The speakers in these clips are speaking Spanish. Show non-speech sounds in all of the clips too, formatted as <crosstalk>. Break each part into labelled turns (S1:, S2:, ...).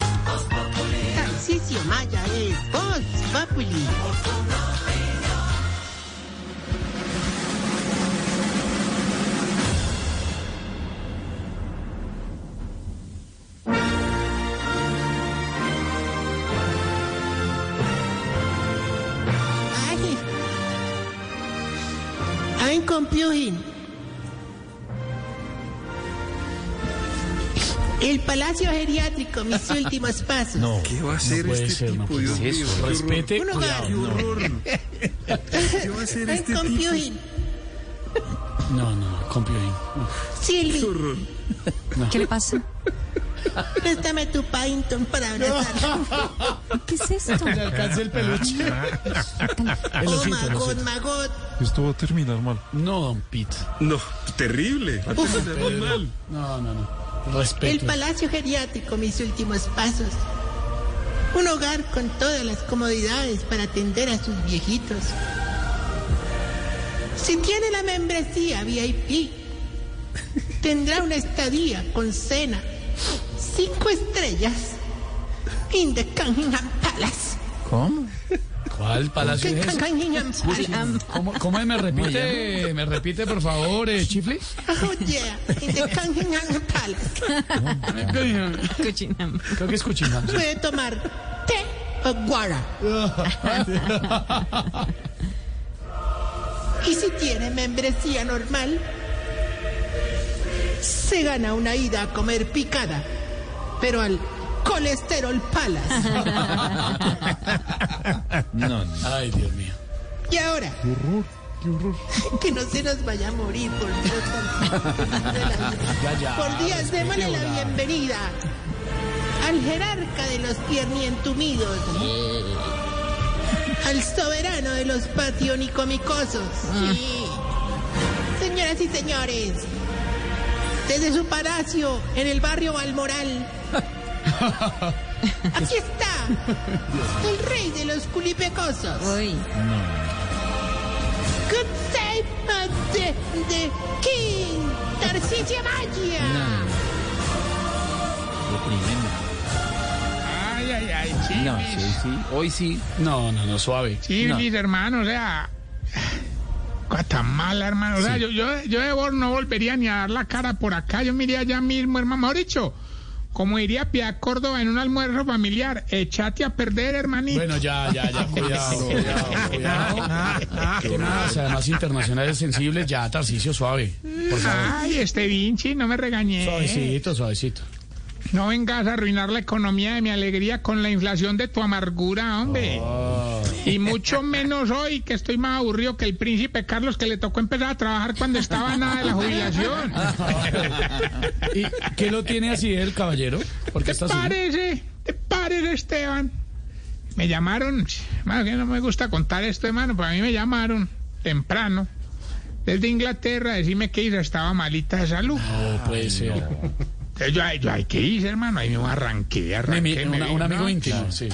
S1: Tarcisio Maya es Voz Populi. Ay. I'm computing. El Palacio Geriátrico, mis últimos pasos.
S2: ¿Qué va a hacer
S3: puede
S2: este
S3: ser, no
S2: tipo?
S3: puede
S2: Dios
S3: ser.
S2: mío, qué horror.
S3: Respete,
S1: Un hogar.
S3: cuidado. No,
S2: ¿Qué va a hacer
S1: I'm
S2: este tipo?
S1: computing.
S3: no, no, no, computing.
S1: Silvi,
S4: ¿Qué le pasa?
S1: préstame tu Paddington para abrazar.
S4: ¿Qué es esto?
S3: Alcance el peluche. El
S1: Oh,
S3: osito, el
S1: magot,
S3: osito.
S1: magot.
S5: Esto va a terminar mal.
S3: No, don Pete.
S2: No, terrible. Va a terminar
S3: Pedro.
S2: mal.
S3: No, no, no.
S1: El
S3: Respeto.
S1: Palacio Geriátrico, mis últimos pasos. Un hogar con todas las comodidades para atender a sus viejitos. Si tiene la membresía VIP, tendrá una estadía con cena. Cinco estrellas. In the Cunningham Palace.
S5: ¿Cómo?
S3: ¿Cuál palacio
S1: The
S3: es ese?
S1: Cunningham Palace.
S3: ¿Cómo, cómo es? me repite? ¿Me repite, por favor, eh, Chifli?
S1: Oh, yeah. In the Cunningham Palace.
S4: Cochinam.
S3: Creo que es Cuchimán.
S1: Puede tomar té o guara. Y si tiene membresía normal, se gana una ida a comer picada, pero al Colesterol Palace.
S5: No, no.
S3: Ay, Dios mío.
S1: Y ahora, que no se nos vaya a morir por Dios
S3: Ya, ya.
S1: Por Dios, démosle la bienvenida al jerarca de los piernientumidos, al soberano de los pationicomicosos. Sí. Señoras y señores, desde su palacio en el barrio Balmoral, aquí está el rey de los culipecosos.
S4: Uy.
S1: Good save of the, the king, Tarcisio Magia.
S6: Ay, ay, ay, sí,
S7: No,
S6: mis-
S7: sí, sí. Hoy sí.
S3: No, no, no, suave.
S6: sí,
S3: No.
S6: mis hermanos, o sea, Guatemala, hermano, o sea, yo, yo, yo de Bor no volvería ni a dar la cara por acá, yo me iría allá mismo, hermano, mejor dicho, como diría Piedad Córdoba en un almuerzo familiar, echate a perder, hermanito.
S3: Bueno, ya, ya,
S6: <laughs>
S3: ya, cuidado, cuidado, cuidado. ¿Qué más? Además, internacionales sensibles, ya, Tarcicio, suave. Por favor.
S6: Ay, este Vinci, no me regañé.
S3: Suavecito, suavecito.
S6: No vengas a arruinar la economía de mi alegría con la inflación de tu amargura, hombre. Y mucho menos hoy, que estoy más aburrido que el príncipe Carlos que le tocó empezar a trabajar cuando estaba nada de la jubilación.
S3: <laughs> ¿Y qué lo tiene así el caballero? Porque
S6: ¿Te
S3: está así.
S6: parece? ¿Te parece, Esteban? Me llamaron, más que no me gusta contar esto, hermano, pero a mí me llamaron temprano. Desde Inglaterra, a decirme que Isa estaba malita de salud.
S3: No puede ser.
S6: Entonces yo, ay, yo, ay, ¿qué hice, hermano? Ahí me arranqué,
S3: Mi-
S6: arranqué.
S3: mi-
S6: me
S3: una-
S6: vine,
S3: un amigo
S6: ¿no?
S3: íntimo, sí.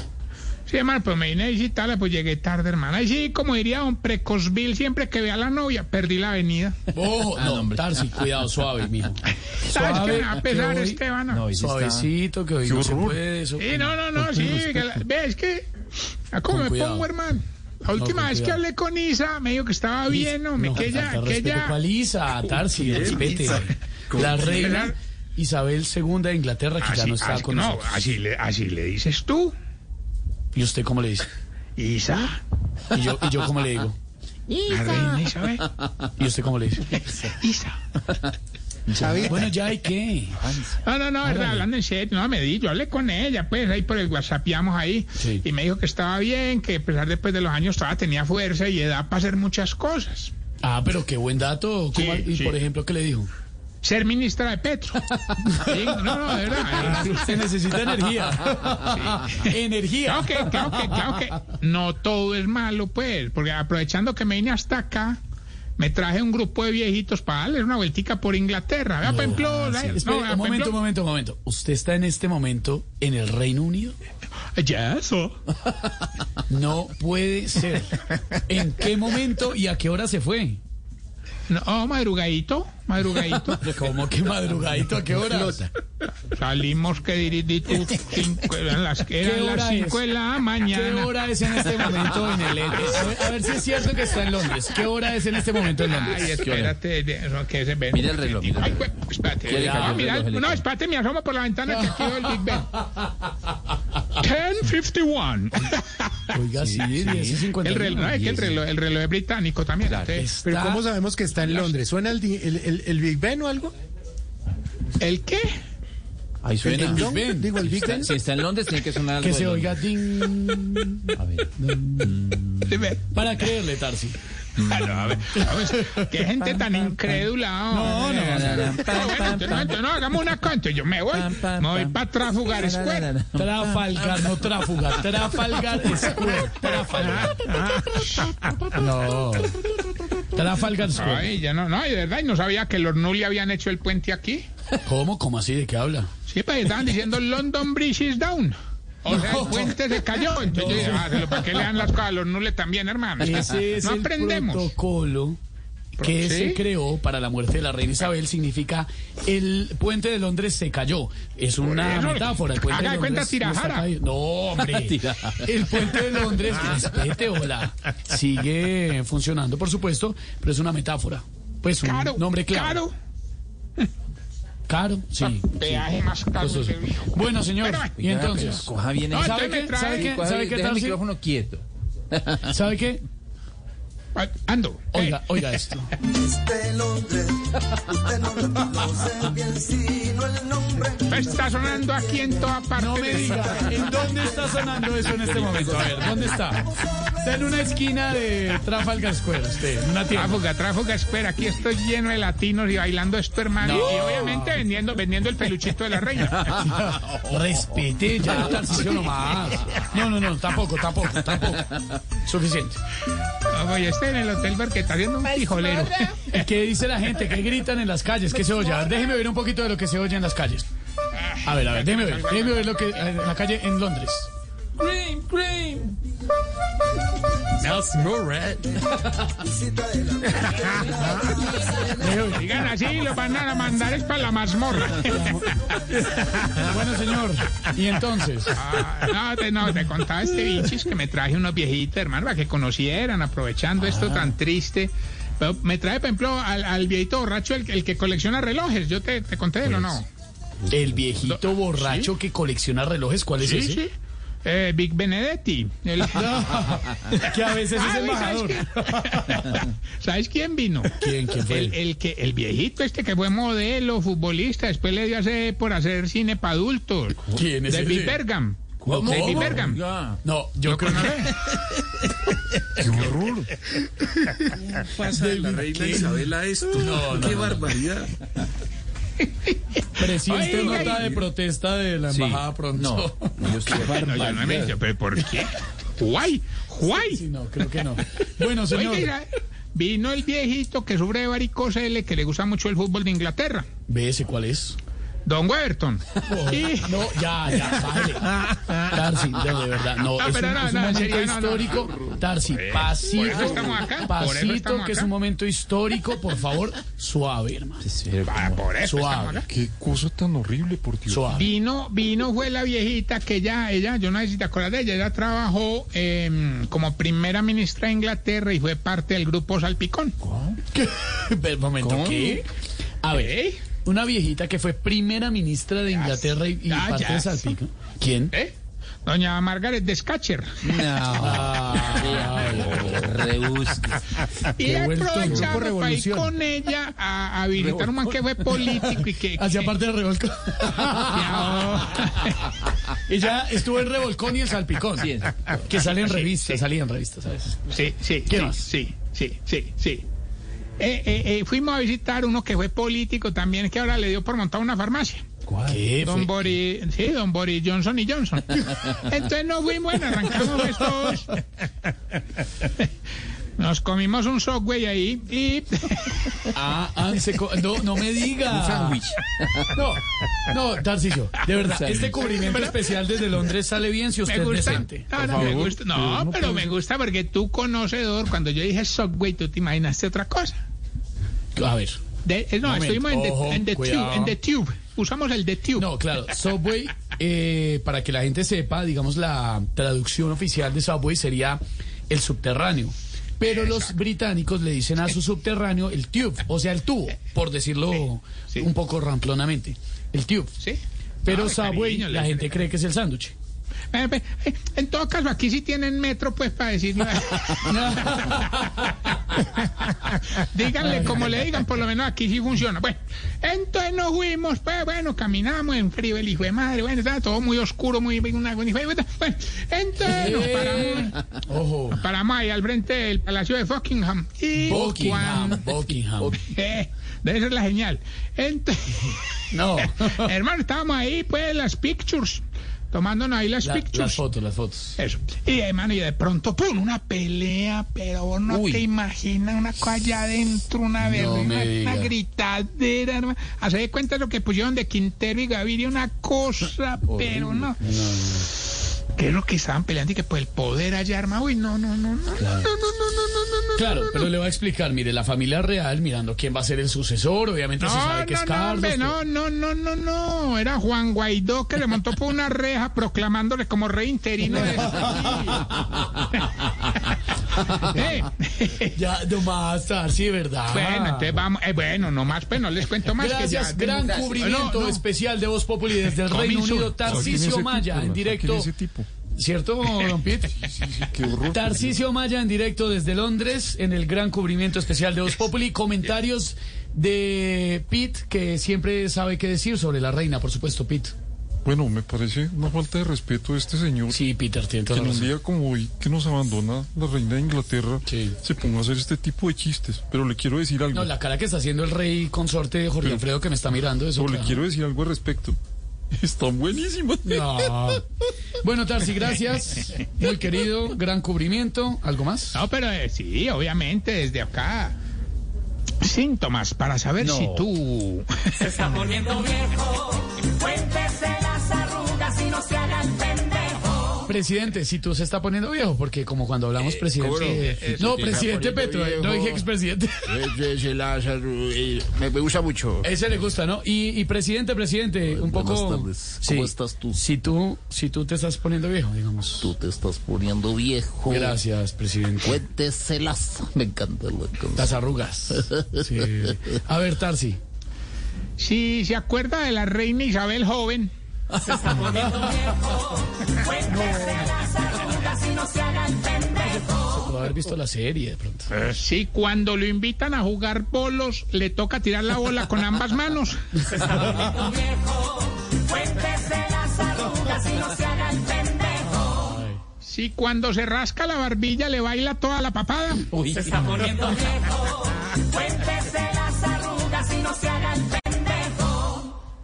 S6: Sí, hermano, pues me vine a visitarla, pues llegué tarde, hermano. Ay, sí, como diría don Precosville, siempre que vea a la novia, perdí la avenida.
S3: Oh, no, Tarsi, cuidado, suave, mijo.
S6: <laughs> ¿Sabes qué me va a
S3: que
S6: pesar,
S3: hoy-
S6: Esteban?
S5: No, y sí está-
S3: Suavecito, que hoy no se puede. Eso,
S6: Sí, no, no, no, sí. que la- ve, es que. ¿A cómo
S3: Con
S6: me
S3: cuidado.
S6: pongo, hermano? La última
S3: con
S6: vez que
S3: cuidado.
S6: hablé con Isa, me dijo que estaba bien,
S3: no,
S6: hombre,
S3: no,
S6: que
S3: falta
S6: ella,
S3: de
S6: que
S3: respeto.
S6: ella.
S3: ¿Cuál Isa? Tarsi, respete. La reina Isabel II de Inglaterra, que ya
S6: Así-
S3: no está
S6: así-
S3: con
S6: no,
S3: nosotros.
S6: así le, así le dices tú,
S3: ¿Y usted cómo le dice?
S6: Isa,
S3: ¿Y yo, y yo cómo le digo?
S6: la reina
S3: <laughs>
S6: Isabel,
S3: ¿Y usted cómo le dice?
S6: Isa.
S3: Bueno, ya hay que.
S6: No, no, no, verdad, hablando en serio, no me di, yo hablé con ella, pues ahí por el WhatsApp ahí
S3: Sí.
S6: y me dijo que estaba bien, que a pesar después de los años todavía tenía fuerza y edad para hacer muchas cosas.
S3: Ah, pero qué buen dato. ¿Cómo-
S6: Sí,
S3: y
S6: sí.
S3: por ejemplo, ¿qué le dijo?
S6: ser ministra
S3: <laughs>
S6: de Petro. Sí, no, no, de verdad.
S1: Se necesita energía. Energía.
S6: Claro que, claro que, claro que. No todo es malo, pues, porque aprovechando que me vine hasta acá. Me traje un grupo de viejitos para darles una vueltica por Inglaterra. Vea, por
S3: ah,
S6: ejemplo,
S1: Sí,
S6: eh,
S1: espere,
S6: no, vea,
S1: un
S6: por
S1: momento,
S6: ejemplo-
S1: un momento, un momento. ¿Usted está en este momento en el Reino Unido?
S6: Ya eso.
S1: No puede ser. ¿En qué momento y a qué hora se fue?
S6: No, madrugadito,
S1: <laughs>
S6: madrugadito.
S1: ¿Cómo que madrugadito? ¿A qué hora?
S6: Salimos que diridito cinco, eran las, eran
S1: hora
S6: las cinco
S1: es?
S6: de la
S1: ¿Qué
S6: mañana.
S1: hora es en este momento en el... E? A ver, a ver si es cierto que está en Londres. ¿Qué hora es en este momento en Londres?
S6: Ay,
S1: ¿Qué hora?
S6: espérate, de- no, que se ve.
S7: Mira el reloj, mira el
S6: Ay, pues, espérate.
S7: Ya le cambió
S6: Ah,
S7: el
S6: mira,
S7: reloj, le
S6: no,
S7: cambió.
S6: espérate, me asomo por la ventana que aquí veo el Big
S1: <laughs>
S6: Ben. 1051.
S1: Oiga, sí, 10 y
S6: El
S1: 51.
S6: reloj, no, es que el reloj, el reloj es británico también. entonces,
S1: Está-
S8: sabemos que está en Londres? ¿Suena el, di- el, el- el Big Ben o algo?
S1: <laughs>
S6: ¿El qué?
S7: Ahí
S8: ¿El,
S7: suena.
S8: Big
S1: Big Ben.
S8: Digo, el Big Ben.
S7: Si está en Londres, tiene que sonar algo.
S1: Que
S7: de
S1: se
S7: Londres.
S1: oiga ding.
S6: Dime.
S1: Para creerle, Tarsi.
S6: Ah, no, a ver, a ver, qué gente tan incrédula.
S1: No,
S6: hombre.
S1: no, no, no.
S6: No, bueno, entonces, no, entonces, no, hagamos una concha. Yo me voy. Me voy para Trafalgar Square.
S1: Trafalgar, no tráfuga. Trafalgar Square. Trafalgar. No. Trafalgar Square.
S6: Ay, ya no, no, y de verdad, y no sabía que los Nulli habían hecho el puente aquí.
S1: ¿Cómo? ¿Cómo así? ¿De qué habla?
S6: Sí, pues estaban diciendo London Bridge is down. O sea, el puente se cayó. Entonces yo dije, ah, ¿para qué le dan las cosas a los Nulli también, hermano?
S1: Ese es
S6: no
S1: el
S6: aprendemos.
S1: protocolo que
S6: ¿Sí?
S1: se creó para la muerte de la reina Isabel. Significa el puente de Londres se cayó. Es una
S6: Por eso,
S1: metáfora. El puente
S6: haga de
S1: de
S6: cuenta
S1: Londres no está
S6: Tirajara.
S1: caído. No, hombre. el puente de Londres, respete, hola. Sigue funcionando, por supuesto, pero es una metáfora. Pues un
S6: Caro,
S1: nombre claro.
S6: caro. Ah,
S1: Caro, sí.
S6: Peaje más caro.
S1: Costoso.
S6: que viejo.
S1: Bueno, señor,
S6: Pero,
S1: y entonces.
S7: Coja bien
S6: No,
S7: ahí.
S1: ¿Sabe
S6: entonces me
S1: qué?
S6: trae-
S1: ¿Sabe qué?
S7: Coja-
S1: ¿Sabe qué,
S7: deja el
S1: Tarsi?
S7: micrófono quieto.
S1: ¿Sabe qué?
S6: ah, Ando. ¿qué?
S1: Oiga, oiga esto.
S6: Está sonando aquí en toda parte.
S1: No me
S6: del-
S1: diga, ¿en dónde está sonando eso en este momento? A ver, ¿dónde está? Está en una esquina de Trafalgar Square, usted, en una tienda.
S6: Tráfuga, tráfuga, espera, aquí estoy lleno de latinos y bailando esto, hermano. Y obviamente vendiendo, vendiendo el peluchito de la reina.
S1: <laughs>
S6: Oh,
S1: Respete ya la transición nomás. No, no, no, tampoco, tampoco, tampoco. Suficiente.
S6: Oye, este en el Hotel Bar que está viendo un frijolero.
S1: ¿Y ¿Qué dice la gente? ¿Qué gritan en las calles? ¿Qué se oye? A ver, déjeme ver un poquito de lo que se oye en las calles. A ver, a ver, déjeme ver, déjeme ver lo que en la calle en Londres. Déjeme ver.
S6: <laughs> Digan así, lo van a mandar es para la mazmorra.
S1: <laughs> Bueno, señor, y entonces.
S6: Ah, no, te, no, te contaba este bichis que me traje unos viejitos, hermano, para que conocieran, aprovechando
S1: Ah.
S6: esto tan triste. Pero me trae, por ejemplo, al, al viejito borracho, el, el que colecciona relojes. Yo te, te conté, ¿o no?
S1: Pues, El viejito borracho <laughs> que colecciona relojes, ¿cuál es ese?
S6: Eh, Big Benedetti.
S1: <laughs>
S6: El-
S1: Que a veces es
S6: Ah, ¿sabes
S1: embajador.
S6: quién? <laughs> ¿Sabes quién vino?
S1: ¿Quién? ¿Quién fue?
S6: El, el que, el viejito este que fue modelo, futbolista, después le dio hace- por hacer cine para adultos.
S1: ¿Quién es
S6: David
S1: ese?
S6: Bergam.
S1: ¿Cómo?
S6: David Bergam.
S7: Oiga.
S1: No, yo creo que
S3: ¡Qué horror! pasa de la reina Isabel a esto? ¡Qué barbaridad!
S1: presidente
S6: Oiga,
S1: nota de protesta de la
S7: Sí.
S1: embajada pronto.
S7: No, yo
S1: <laughs>
S7: estoy
S6: No, yo no me dicho, pero ¿por qué? Guay, guay.
S1: Sí, no, creo que no. Bueno,
S6: Oiga,
S1: señor.
S6: mira, vino el viejito que sufre de varicocele, que le gusta mucho el fútbol de Inglaterra.
S1: ¿Ve ese cuál es? Oh,
S6: Don Weberton. Y-
S1: <laughs> No, ya, ya, vale. Tarsi, no, de verdad, no,
S6: No,
S1: es un,
S6: pero no,
S1: es un
S6: no, en
S1: momento
S6: serio, no, no.
S1: histórico. Tarsi,
S6: eso
S1: pasito,
S6: estamos acá, por eso
S1: pasito,
S6: estamos
S1: que es
S6: acá.
S1: un momento histórico, por favor, suave, hermano.
S6: Ah, por eso estamos
S1: Suave,
S6: acá.
S9: Qué cosa tan horrible, por Dios.
S1: suave.
S6: Vino, vino fue la viejita que ya, ella, yo no sé si te acuerdas de ella, ella trabajó em, como primera ministra de Inglaterra y fue parte del grupo Salpicón.
S1: <laughs> Pero, un momento,
S6: ¿Cómo?
S1: ¿qué? A ver,
S6: ¿Eh?
S1: una viejita que fue primera ministra de Inglaterra y, y
S6: ya,
S1: parte
S6: ya.
S1: de Salpico. ¿Quién?
S6: ¿Eh? Doña Margaret Descacher.
S1: Ah,
S7: Rebusque.
S6: <laughs> Y
S1: Qué vuelto,
S6: aprovechamos
S1: grupo
S6: para ir
S1: Revolución.
S6: con ella a, a habilitar un man que fue político y que...
S1: Hacia parte del
S6: <laughs>
S1: revolcón.
S6: Ya.
S1: y ya estuvo en revolcón y en salpicón.
S7: Sí, en
S1: que salen revistas,
S6: sí.
S1: salían revistas a veces.
S6: Sí, sí,
S1: ¿Qué
S6: sí,
S1: más?
S6: sí, sí, sí, sí. eh, eh, eh, fuimos a visitar uno que fue político también, que ahora le dio por montar una farmacia.
S3: ¿Cuál? ¿Qué?
S6: Don Boris, sí, don Boris Johnson
S3: <laughs>
S6: y Johnson. Entonces nos fuimos, bueno, arrancamos estos. Nos comimos un Subway ahí y...
S3: Ah, ah, se co- no, no me diga.
S2: Un sándwich.
S3: No, no, Tarcillo, de verdad,
S2: sándwich.
S6: <laughs>
S3: este cubrimiento especial desde Londres sale bien si usted
S6: me
S3: es
S6: gusta.
S3: decente.
S6: No,
S3: Por
S6: no, me
S3: favor.
S6: gusta. No, pero me gusta porque tú conocedor, cuando yo dije Subway, tú te imaginaste otra cosa.
S3: A ver.
S6: De- eh, no,
S3: Momento.
S6: estuvimos en, the-
S3: Ojo,
S6: en the
S3: cuidado.
S6: tube, en the tube. Usamos el the
S3: <laughs>
S6: tube.
S3: No, claro, Subway, eh, para que la gente sepa, digamos, la traducción oficial de Subway sería el subterráneo. Pero los británicos le dicen a su subterráneo el tube, o sea, el tubo, por decirlo un poco ramplonamente. El tube.
S6: Sí.
S3: Pero
S6: No, de
S3: Subway,
S6: Ah, cariño le
S3: la
S6: dicen
S3: gente cree que es el sándwich.
S6: Eh, pe- eh, En todo caso, aquí sí tienen metro, pues, para decir. Díganle como le digan, por lo menos aquí sí funciona. Bueno, entonces nos fuimos, pues, bueno, caminamos en frío, el hijo de madre, bueno, estaba todo muy oscuro, muy. Una, bueno, entonces nos paramos,
S3: Ojo.
S6: nos paramos ahí al frente del Palacio de Buckingham. Y
S3: Buckingham,
S6: cuando-
S3: Buckingham.
S6: Eh, debe ser la señal. Entonces.
S3: <laughs> No.
S6: <laughs> Hermano, estábamos ahí, pues, las pictures. Tomándonos ahí las
S3: La-
S6: pictures.
S3: las fotos, las fotos.
S6: Eso. Y hermano, y de pronto, ¡pum! Una pelea, pero vos no
S3: Uy.
S6: te imaginas una cosa allá adentro, una verga,
S3: me
S6: una,
S3: diga.
S6: una gritadera, hermano. Hace de cuenta lo que pusieron de Quintero y Gaviria, una
S3: <laughs>
S6: cosa, pero no. ¿Qué es lo que estaban peleando? Y que pues el poder allá, hermano. Uy, no, no, no, no.
S3: Claro, pero le voy a explicar, mire, la familia real mirando quién va a ser el sucesor, obviamente se sabe que es
S6: no,
S3: Carlos.
S6: hombre,
S3: pero-
S6: no, no, no, no, no. Era Juan Guaidó que le montó por una reja proclamándole como rey interino. de-
S3: <laughs>
S6: <laughs> Eh,
S3: Ya, nomás, sí, de verdad.
S6: Bueno, entonces vamos. eh, bueno, no más, pues no les cuento más. que
S3: Gracias,
S6: ya-
S3: gran
S6: No,
S3: cubrimiento
S6: no.
S3: especial de Voz Populi desde el
S6: Comienzo.
S3: Reino Unido, Tarcisio Maya, en directo.
S5: ese tipo?
S3: ¿Cierto, don Piet?
S5: Qué horror.
S3: Tarcisio Maya en directo desde Londres en el gran cubrimiento especial de Voz Populi. Comentarios de Pete, que siempre sabe qué decir sobre la reina, por supuesto, Pete.
S5: Bueno, me parece una falta de respeto de este señor.
S3: Sí, Peter, tiene
S5: Que
S3: toda
S5: en
S3: la
S5: un
S3: razón.
S5: día como hoy, que nos abandona la reina de Inglaterra,
S3: Sí.
S5: se ponga a hacer este tipo de chistes. Pero le quiero decir algo.
S3: No, la cara que está haciendo el rey consorte de Jorge
S5: Pero-
S3: Alfredo que me está mirando eso.
S5: Pero le
S3: claro.
S5: quiero decir algo al respecto. <laughs> Están buenísimas.
S3: No. Bueno, Tarsi, gracias. Muy querido, gran cubrimiento. ¿Algo más?
S6: No, pero eh, sí, obviamente, desde acá. Síntomas para saber
S3: No.
S6: si tú. <laughs>
S10: está poniendo viejo. Cuéntese las arrugas y no se haga el pendejo.
S3: Presidente, si tú se está poniendo viejo, porque como cuando hablamos
S11: ¿cómo no?
S3: presidente...
S11: Eh,
S3: no,
S11: se te está
S3: presidente
S11: poniendo
S3: Petro, eh, no
S11: viejo.
S3: dije expresidente.
S11: Ese se la hace, eh, me me gusta mucho.
S3: Ese le gusta, ¿no? Y, y presidente, presidente, un poco...
S11: Buenas tardes.
S3: Sí,
S11: ¿Cómo estás tú?
S3: Si tú, si tú te estás poniendo viejo, digamos.
S11: Tú te estás poniendo viejo.
S3: Gracias, presidente.
S11: Cuéntese las. Me encanta la canción.
S3: Las arrugas. Sí. A ver, Tarsi.
S6: Si se acuerda de la reina Isabel joven.
S10: Cuéntese las arrugas y no se haga el pendejo.
S3: Se pudo haber visto la serie de pronto.
S6: Si cuando lo invitan a jugar bolos, le toca tirar la bola con ambas manos.
S10: Poniendo viejo. Cuéntese las arrugas y no se haga el pendejo.
S6: Si cuando se rasca la barbilla le baila toda la papada.
S10: Se está poniendo viejo. Cuéntese las arrugas y no se haga el pendejo.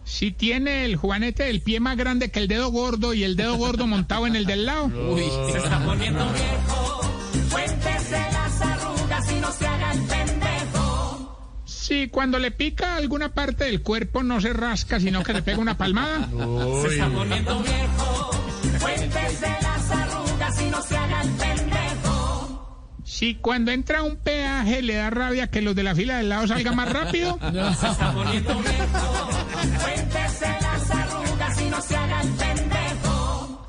S6: Si tiene el juanete del pie más grande que el dedo gordo y el dedo gordo montado en el del lado.
S10: Se está poniendo viejo. Cuéntese las arrugas y no se haga el pendejo.
S6: Si cuando le pica alguna parte del cuerpo no se rasca, sino que le pega una palmada.
S10: Se está poniendo viejo. Cuéntese las arrugas y no se haga el pendejo.
S6: Si cuando entra a un peaje le da rabia que los de la fila del lado salgan más rápido.
S10: Se está poniendo viejo. Cuéntese las arrugas y no se haga el pendejo.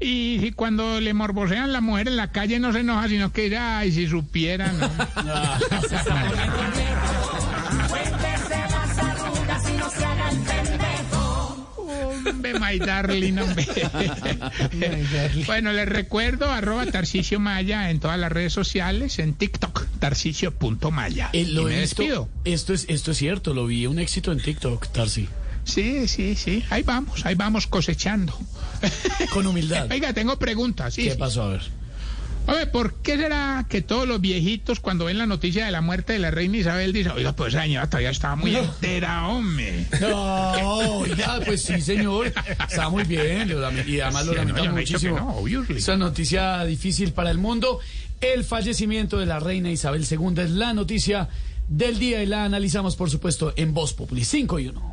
S6: Y si cuando le morbosean la mujer en la calle no se enoja, sino que ya, ay, si supieran.
S10: Se está poniendo viejo. Cuéntese las arrugas y no se haga el pendejo.
S6: Hombre, my darling, hombre. bueno, les recuerdo, arroba Tarcicio Maya en todas las redes sociales, en TikTok, tarcicio.maya.
S3: Eh,
S6: y
S3: lo
S6: me
S3: he visto-
S6: despido.
S3: Esto es, esto es cierto, lo vi un éxito en TikTok, Tarsi.
S6: Sí, sí, sí, ahí vamos, ahí vamos cosechando. <laughs>
S3: Con humildad.
S6: Oiga, tengo preguntas. sí,
S3: ¿Qué
S6: sí.
S3: pasó? A ver.
S6: Oye, ¿por qué será que todos los viejitos cuando ven la noticia de la muerte de la reina Isabel dicen, oiga, pues esa señora todavía estaba muy entera, hombre?
S3: No, oiga, pues sí, señor. Está muy bien. lo lame- y además lo
S6: Sí, no, yo
S3: lamentamos
S6: no he dicho que
S3: muchísimo.
S6: no,
S3: Esa noticia difícil para el mundo. El fallecimiento de la reina Isabel II es la noticia del día y la analizamos, por supuesto, en Voz Populi 5 y 1.